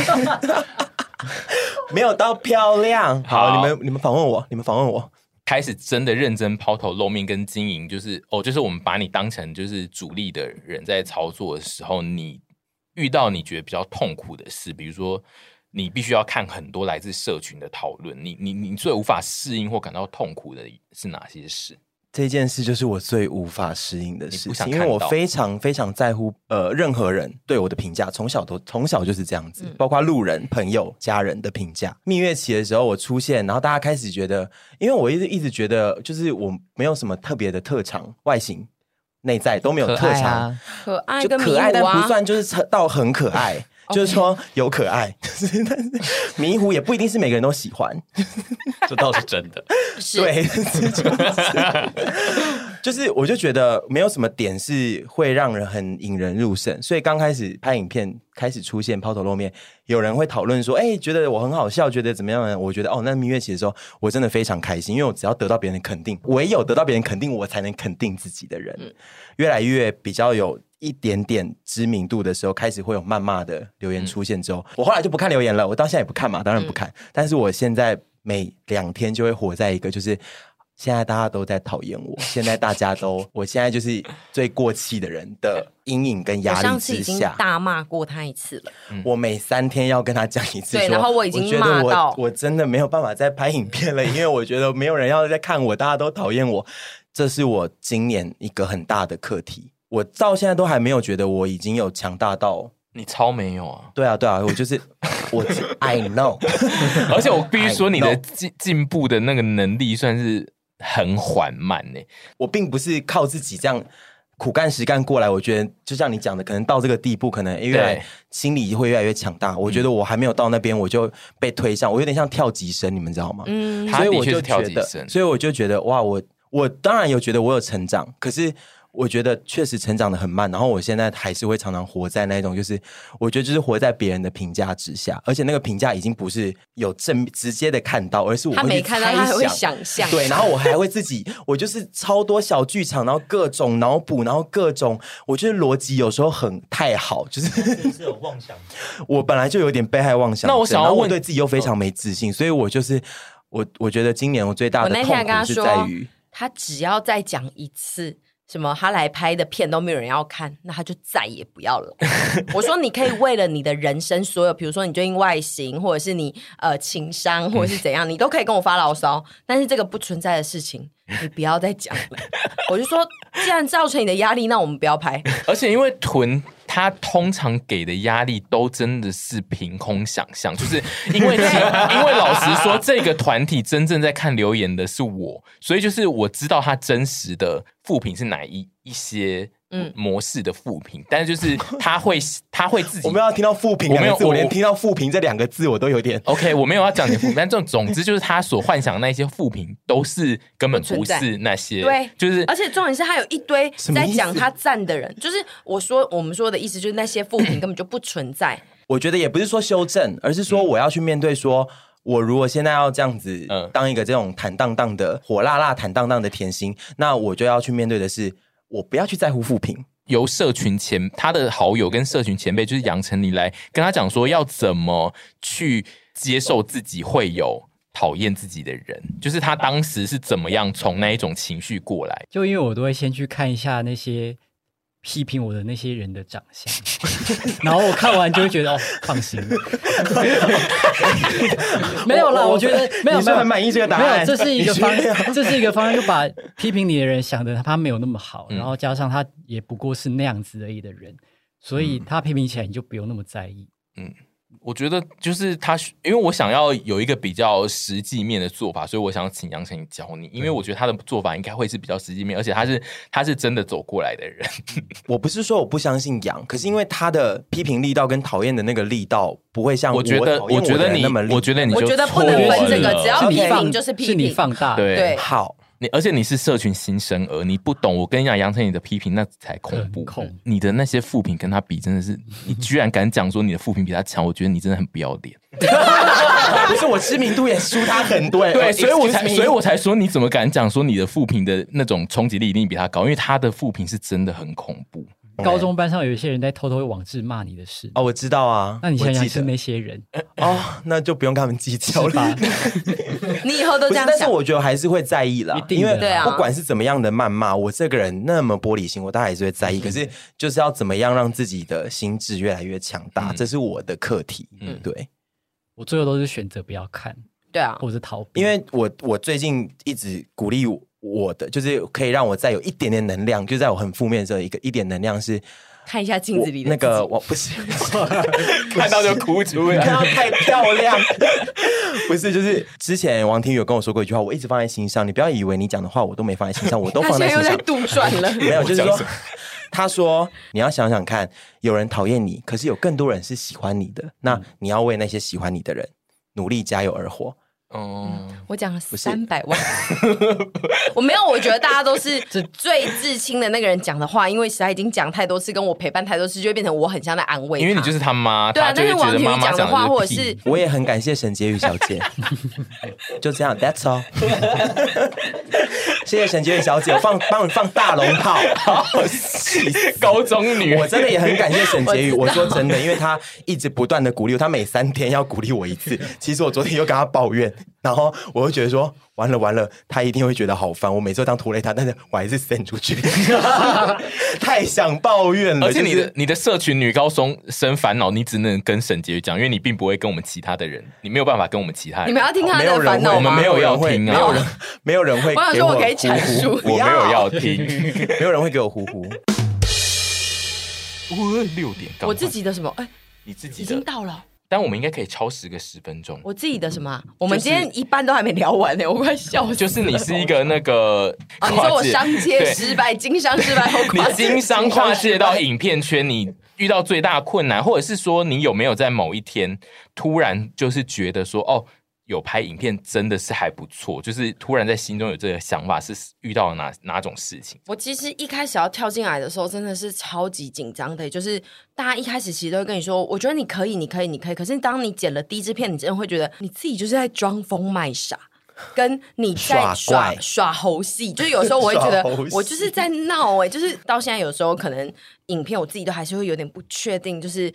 没有到漂亮。好，好你们你们访问我，你们访问我。开始真的认真抛头露面跟经营，就是哦，就是我们把你当成就是主力的人在操作的时候，你遇到你觉得比较痛苦的事，比如说你必须要看很多来自社群的讨论，你你你最无法适应或感到痛苦的是哪些事？这件事就是我最无法适应的你事不想情，看因到为我非常非常在乎呃任何人对我的评价，从小都从小就是这样子，包括路人、朋友、家人的评价。蜜月期的时候我出现，然后大家开始觉得，因为我一直一直觉得就是我没有什么特别的特长，外形、内在都没有特可爱长，啊可爱就跟迷可爱，但糊不啊。哦算就是到很可爱，就是说有可爱， 就是但是迷糊也不一定是每个人都喜欢，这倒是真的。 是对， 就是 就是我就觉得没有什么点是会让人很引人入胜，所以刚开始拍影片开始出现抛头露面，有人会讨论说，哎、觉得我很好笑，觉得怎么样呢？我觉得哦，那蜜月期的时候我真的非常开心，因为我只要得到别人的肯定，唯有得到别人肯定，我才能肯定自己的人，嗯越来越比较有。一点点知名度的时候，开始会有谩骂的留嗯言出现之后，我后来就不看留言了。我到现在也不看嘛，当然不看。但是我现在每两天就会活在一个就是现在大家都在讨厌我，现在大家都，我现在就是最过气的人的阴影跟我压上力次之已经下，大骂过他一次了，我每三天要跟他讲一次嗯对说，然后我已经觉得骂到我我真的没有办法再拍影片了，因为我觉得没有人要再看我，大家都讨厌我，这是我今年一个很大的课题。我到现在都还没有觉得我已经有强大到，你超没有啊！对啊对啊，我就是 我，I know， 而且我必须说，你 I 的 know 进进步的那个能力算是很缓慢欸呢、我并不是靠自己这样苦干实干过来。我觉得就像你讲的，可能到这个地步，可能越来心理会越来越强大。我觉得我还没有到那边，我就被推上，我有点像跳级生，你们知道吗？嗯，他所以的我确就是跳觉级得，生，所以我就觉得哇，我我当然有觉得我有成长，可是。我觉得确实成长的很慢，然后我现在还是会常常活在那种，就是我觉得就是活在别人的评价之下，而且那个评价已经不是有正直接的看到，而是我他会没去看到，他还会猜想啊象。对，然后我还会自己，我就是超多小剧场，然后各种脑补，然后各种，我觉得逻辑有时候很太好，就是就是有妄想我本来就有点被害妄想症。那我想要然后问对自己又非常没自信，所以我就是我，我觉得今年我最大我的那痛天还跟他苦是在说于，他只要再讲一次，什么他来拍的片都没有人要看，那他就再也不要 了。我说你可以为了你的人生所有，比如说你最近外形，或者是你呃情商，或者是怎 样，你都可以跟我发牢骚，但是这个不存在的事情，你不要再讲了。我就说，既然造成你的压力，那我们不要拍。而且因为臀。他通常给的压力都真的是凭空想象，就是因为因为老实说，这个团体真正在看留言的是我，所以就是我知道他真实的副评是哪一一些嗯模式的副评，但是就是他会他会自己我没有要听到负评我没有两个字，我我连听到负评这两个字我都有点 OK，我没有要讲你的负评，但这种总之就是他所幻想的那些副评都是根本不不存在是那些，对就是 而且重点是他有一堆什么在意思讲他赞的人，就是我说我们说的意思，就是那些负评根本就不存在。我觉得也不是说修正，而是说我要去面对说。我如果现在要这样子嗯当一个这种坦荡荡的火辣辣、坦荡荡的甜心，那我就要去面对的是，我不要去在乎负评。由社群前他的好友跟社群前辈就是杨丞琳来跟他讲说要怎么去接受自己会有讨厌自己的人，就是他当时是怎么样从那一种情绪过来。就因为我都会先去看一下那些批评我的那些人的长相， 然后我看完就会觉得哦，放 心。没有啦，我我觉得没你有没是有很满意这个答没案有，这是一个方你觉 得，这是一个方向，就把批评你的人想的他没有那么好，嗯然后加上他也不过是那样子而已的人，所嗯以他批评起来你就不用那么在意。我觉得就是他，因为我想要有一个比较实际面的做法，所以我想要请杨丞琳教你，因为我觉得他的做法应该会是比较实际面，而且他是他是真的走过来的人。我不是说我不相信杨，可是因为他的批评力道跟讨厌的那个力道不会像我觉得，讨厌我觉的得人你那么，厉我觉得你就我觉得不能错分这个了只要是你批评放就是批是你评放大，对对好。你而且你是社群新生儿，你不懂。我跟你讲，杨丞琳的批评那才恐怖，很恐你的那些负评跟他比，真的 是你居然敢讲说你的负评比他强，我觉得你真的很不要脸。不是我知名度也输他很多、欸，对，哦所以我才 Excuse me 所以我才说你怎么敢讲说你的负评的那种冲击力一定比他高，因为他的负评是真的很恐怖。高中班上有一些人在偷偷网志骂你的事，哦，我知道啊，那你想我想记是得那些人哦，那就不用跟他们计较是吧了。？你以后都 不这是，样但是想。我觉得还是会在意啦一，定因的为对啊不管是怎么样的谩骂，我这个人那么玻璃心，我当然还是会嗯在意。可是就是要怎么样让自己的心智越来越强大，嗯这是我的课题。嗯，对，我最后都是选择不要看，对啊，或者是逃避，因为我我最近一直鼓励我我的，就是可以让我再有一点点能量，就在我很负面的时候，一个一点能量是看一下镜我子里的那自个己我不 是。看到就哭出 看到太漂亮， 不是就是之前王庭宇有跟我说过一句话，我一直放在心上。你不要以为你讲的话我都没放在心上，我都他放现在心又在上。杜撰了。没有，就是我讲说什么，他说你要想想看，有人讨厌你，可是有更多人是喜欢你的，嗯那你要为那些喜欢你的人努力加油而活。嗯， 我讲了三百万，我没有，我觉得大家都是最至亲的那个人讲的话，因为实在已经讲太多次，跟我陪伴太多次，就会变成我很像在安慰他。因为你就是他妈，对啊，他就但会是觉王得庭妈宇妈讲的的话，或者屁是我也很感谢沈婕妤小 姐，就这样，That's all。谢谢沈婕妤小姐，我放帮你放大龙炮。高中女我真的也很感谢沈婕妤，我我说真的，因为她一直不断的鼓励我，她每三天要鼓励我一次。其实我昨天又跟她抱怨，然后我又觉得说，完了完了，她一定会觉得好烦。我每次都当拖累她，但是我还是 send 出 去，太想抱怨了。而且你的、就是你的社群女高中生烦恼，你只能跟沈婕妤讲，因为你并不会跟我们其他的人，你没有办法跟我们其他人。你们要听他哦没的有烦人会，恼我们吗没？有要人会听啊没有人，没有人会我想给说我我可以呼阐呼述我没有要听。没有人会给我呼呼。六点，我自己的什么？哎，你自己已经的，到了。但我们应该可以超时个十分钟。我自己的什么啊？嗯我们今天一半都还没聊完呢，我快笑死。哦就是你是一个那个啊，你说我商界对失败，经商失败，我你跨经商跨界到影片圈，你遇到最大的困难，或者是说你有没有在某一天突然就是觉得说，哦，有拍影片真的是还不错，就是突然在心中有这个想法，是遇到了哪哪种事情？ 我其实一开始要跳进来的时候，真的是超级紧张的，就是大家一开始其实都会跟你说，我觉得你可以，你可以，你可以。可是当你剪了第一支片，你真的会觉得你自己就是在装疯卖傻。跟你在耍耍怪耍猴戏，就是有时候我会觉得耍猴戏我就是在闹哎、 就是到现在有时候可能影片我自己都还是会有点不确定，就是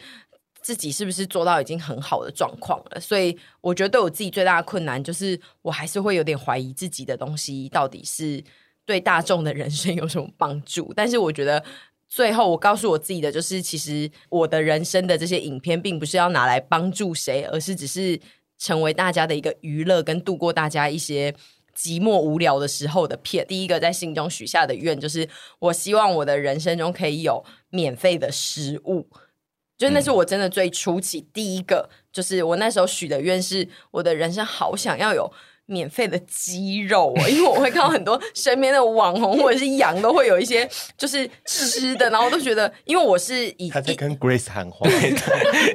自己是不是做到已经很好的状况了。所以我觉得对我自己最大的困难就是，我还是会有点怀疑自己的东西到底是。对大众的人生有什么帮助。但是我觉得。最后，我告诉我自己的就是，其实我的人生的这些影片，并不是要拿来帮助谁，而是只是成为大家的一个娱乐，跟度过大家一些寂寞无聊的时候的片。第一个在心中许下的愿，就是我希望我的人生中可以有免费的食物。就那是我真的最初期第一个，就是我那时候许的愿是，我的人生好想要有免费的鸡肉哦，因 为我会看到很多身边的网红或者是羊都会有一些就是吃的，然后我都觉得，因为我是以他在跟 Grace 喊话，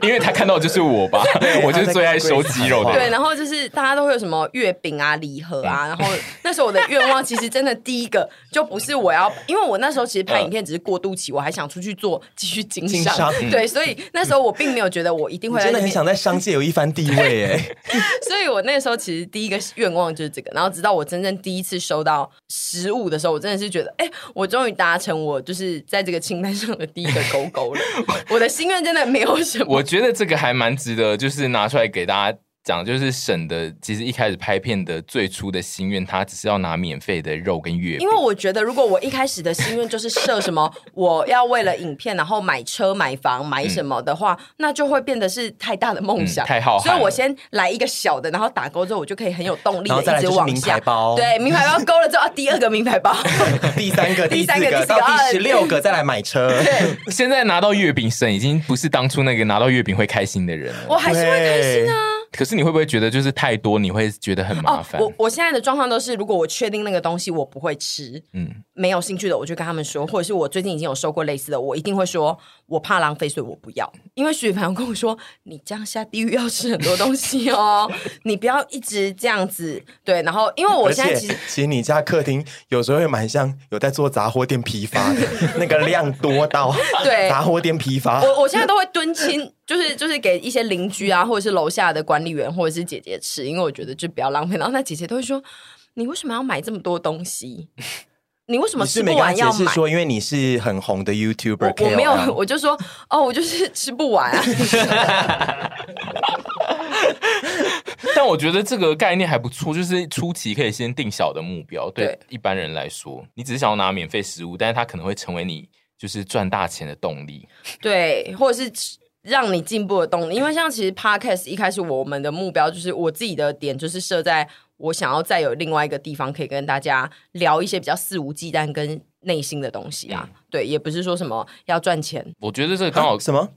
因为他看到的就是我吧，我就是最爱收肌肉的人。对，然后就是大家都会有什么月饼啊、礼盒啊，然后那时候我的愿望其实真的第一个就不是我要，因为我那时候其实拍影片只是过渡期，我还想出去做继续经经商，嗯商 对，所以那时候我并没有觉得我一定你会在真的那很边想在商界有一番地位哎、所以我那个时候其实第一个愿望就是这个，然后直到我真正第一次收到食物的时候，我真的是觉得，哎、我终于达成我就是在这个清单上的第一个勾勾 了。我的心愿真的没有什么， 我觉得这个还蛮值得，就是拿出来给大家讲。就是沈的，其实一开始拍片的最初的心愿，他只是要拿免费的肉跟月饼因为。我觉得如果我一开始的心愿就是设什么，我要为了影片然后买车、买房、买什么的话，那就会变得是太大的梦想，嗯太浩瀚所以我先来一个小的，然后打勾之后，我就可以很有动力 然后的再来一直就是往名下牌。包对，名牌包勾了之后，啊第二个名牌 包。第三 个、第第三四个第四个个到啊第十六个再来买车，现在拿到月饼，沈已经不是当初那个拿到月饼会开心的人了。我还是会开心啊。可是你会不会觉得就是太多，你会觉得很麻烦？哦我我现在的状况都是，如果我确定那个东西我不会吃，嗯，没有兴趣的，我就跟他们说，或者是我最近已经有收过类似的，我一定会说，我怕浪费，所以我不要。因为许凡跟我说，你这样下地狱要吃很多东西 哦，你不要一直这样子。对，然后因为我而现在且其实其实你家客厅有时候会蛮像有在做杂货店批发 的，那个量多到对杂货店批发。我我现在都会蹲亲， 就是就是给一些邻居啊，或者是楼下的管理员或者是姐姐吃，因为我觉得就不要浪费。然后那姐姐都会说，你为什么要买这么多东西？你为什么你吃是不没跟他完解要释买？说，因为你是很红的 YouTuber，我我没有 KOL，我就说哦，我就是吃不完 啊。但我觉得这个概念还不错，就是初期可以先定小的目标。对对一般人来说，你只是想要拿免费食物，但是它可能会成为你就是赚大钱的动力。对，或者是吃让你进步的动力。因为像其实 podcast 一开始我们的目标就是我自己的点就是设在我想要再有另外一个地方可以跟大家聊一些比较肆无忌惮跟内心的东西啊。对，也不是说什么要赚钱，我觉得这个刚好啊什么？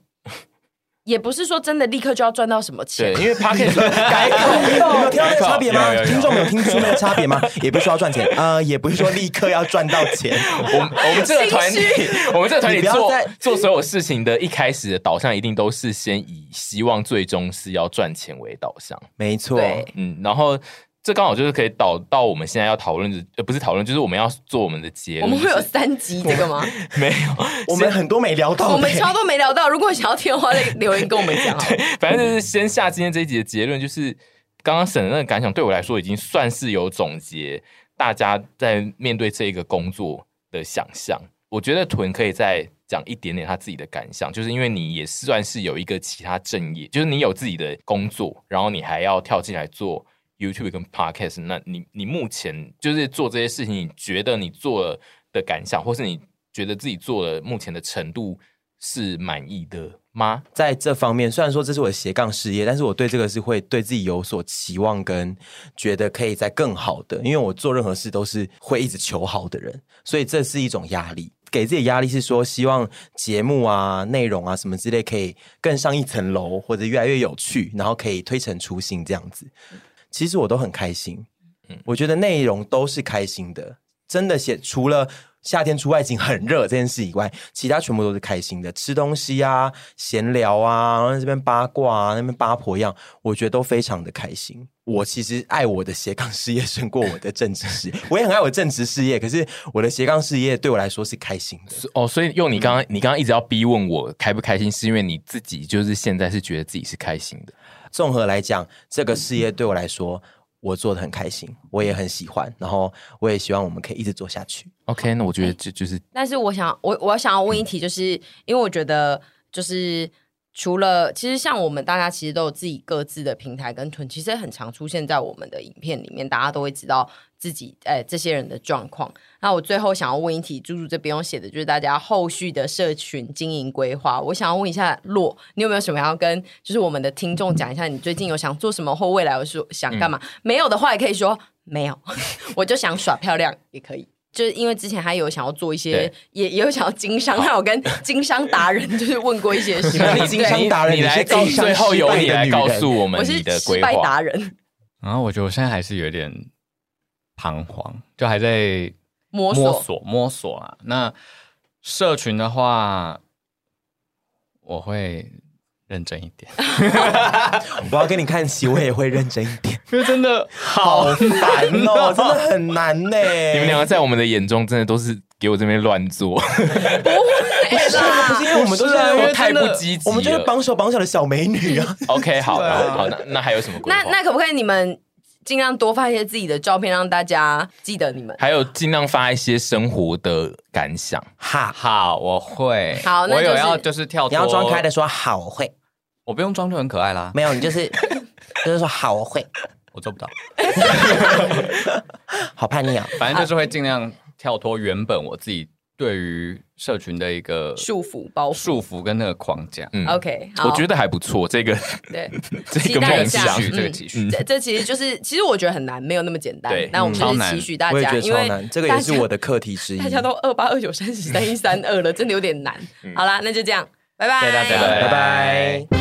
也不是说真的立刻就要赚到什么对，钱。因为 p o c a s t 改口，你们有听到那个差别吗有有？有听众们有听出那个差别吗？ 也不是说要赚钱，呃，也不是说立刻要赚到钱， 我们我们这个团体， 我们这个团体你不要做再做所有事情的一开始的导向，一定都是先以希望最终是要赚钱为导向。 没错。对嗯，然后这刚好就是可以导到我们现在要讨论的，呃，不是讨论，就是我们要做我们的结我论。们会有就是三集这个吗？没有？我们很多没聊到的， 我们超多没聊到，如果想要听的话，再留言跟我们讲好了。 反正就是先下今天这一集的结论，就是刚刚沈的那个感想，对我来说已经算是有总结大家在面对这个工作的想象。我觉得屯可以再讲一点点他自己的感想，就是因为你也算是有一个其他正业，就是你有自己的工作，然后你还要跳进来做 YouTube 跟 Podcast，那你你目前就是做这些事情，你觉得你做了的感想，或是你觉得自己做了目前的程度是满意的吗？在这方面，虽然说这是我的斜杠事业，但是我对这个是会对自己有所期望，跟觉得可以在更好的，因为我做任何事都是会一直求好的人，所以这是一种压力。给自己的压力是说，希望节目啊、内容啊什么之类可以更上一层楼，或者越来越有趣，然后可以推陈出新这样子。其实我都很开心，我觉得内容都是开心的，真的写除了。夏天出外景很热这件事以外，其他全部都是开心的，吃东西啊、闲聊啊，然后这边八卦啊，那边八婆一样，我觉得都非常的开心。我其实爱我的斜杠事业胜过我的正职事业，我也很爱我的正职事业，可是我的斜杠事业对我来说是开心的。哦，所以嗯用你刚刚、你刚刚一直要逼问我开不开心，是因为你自己就是现在是觉得自己是开心的。综合来讲，这个事业对我来说，我做的很开心，我也很喜欢，然后我也希望我们可以一直做下去。 OK，那我觉得这就是但是我想，我我想要问一题，就是、因为我觉得，就是除了其实像我们大家其实都有自己各自的平台跟屯，其实很常出现在我们的影片里面，大家都会知道自己呃这些人的状况。那我最后想要问一题，猪猪这边有写的就是大家后续的社群经营规划，我想要问一下洛，你有没有什么要跟就是我们的听众讲一下，你最近有想做什么或未来有说想干嗯嘛？没有的话也可以说没有， 我就想耍漂亮也可以。就是因为之前还有想要做一些对，也也有想要经商，那我跟经商达 人就是问过一些事你们，经商达人你你来是告经商最后由失败的你来女告人诉我们我你是的失规败划。达人，然后我觉得我现在还是有点彷徨，就还在摸索。摸索摸索啊。那社群的话，我会认真一 点，我要跟你看齐，我也会认真一点。因为真的好烦哦，真的很难呢。你们两个在我们的眼中真的都是给我这边乱做，是啊不是因为我们都是因为太真不的积极了。我们就是绑手绑脚的小美女啊。 OK 好，然后好那那还有什么规划？那那可不可以你们尽量多发一些自己的照片，让大家记得你们？还有尽量发一些生活的感想。哈，好，我会好那我就有是要就是跳脱，你要装开的，说好会，我不用装就很可爱 啦，没有你就是就是说好会，我做不到，好叛逆啊。反正就是会尽量跳脱原本我自己对于社群的一个束缚包袱。束缚跟那个框架。嗯 OK，好我觉得还不错，这个 对，这期个待梦一下想期，许这个嗯期许这这其实就是，其实我觉得很难，没有那么简单对。那我们就超是难期许大我也家，觉得因超为难，这个也是大家我的课题之一。大家都二八二九三十三一三二了，真的有点难。好啦，那就这样，拜拜，对大家拜拜拜。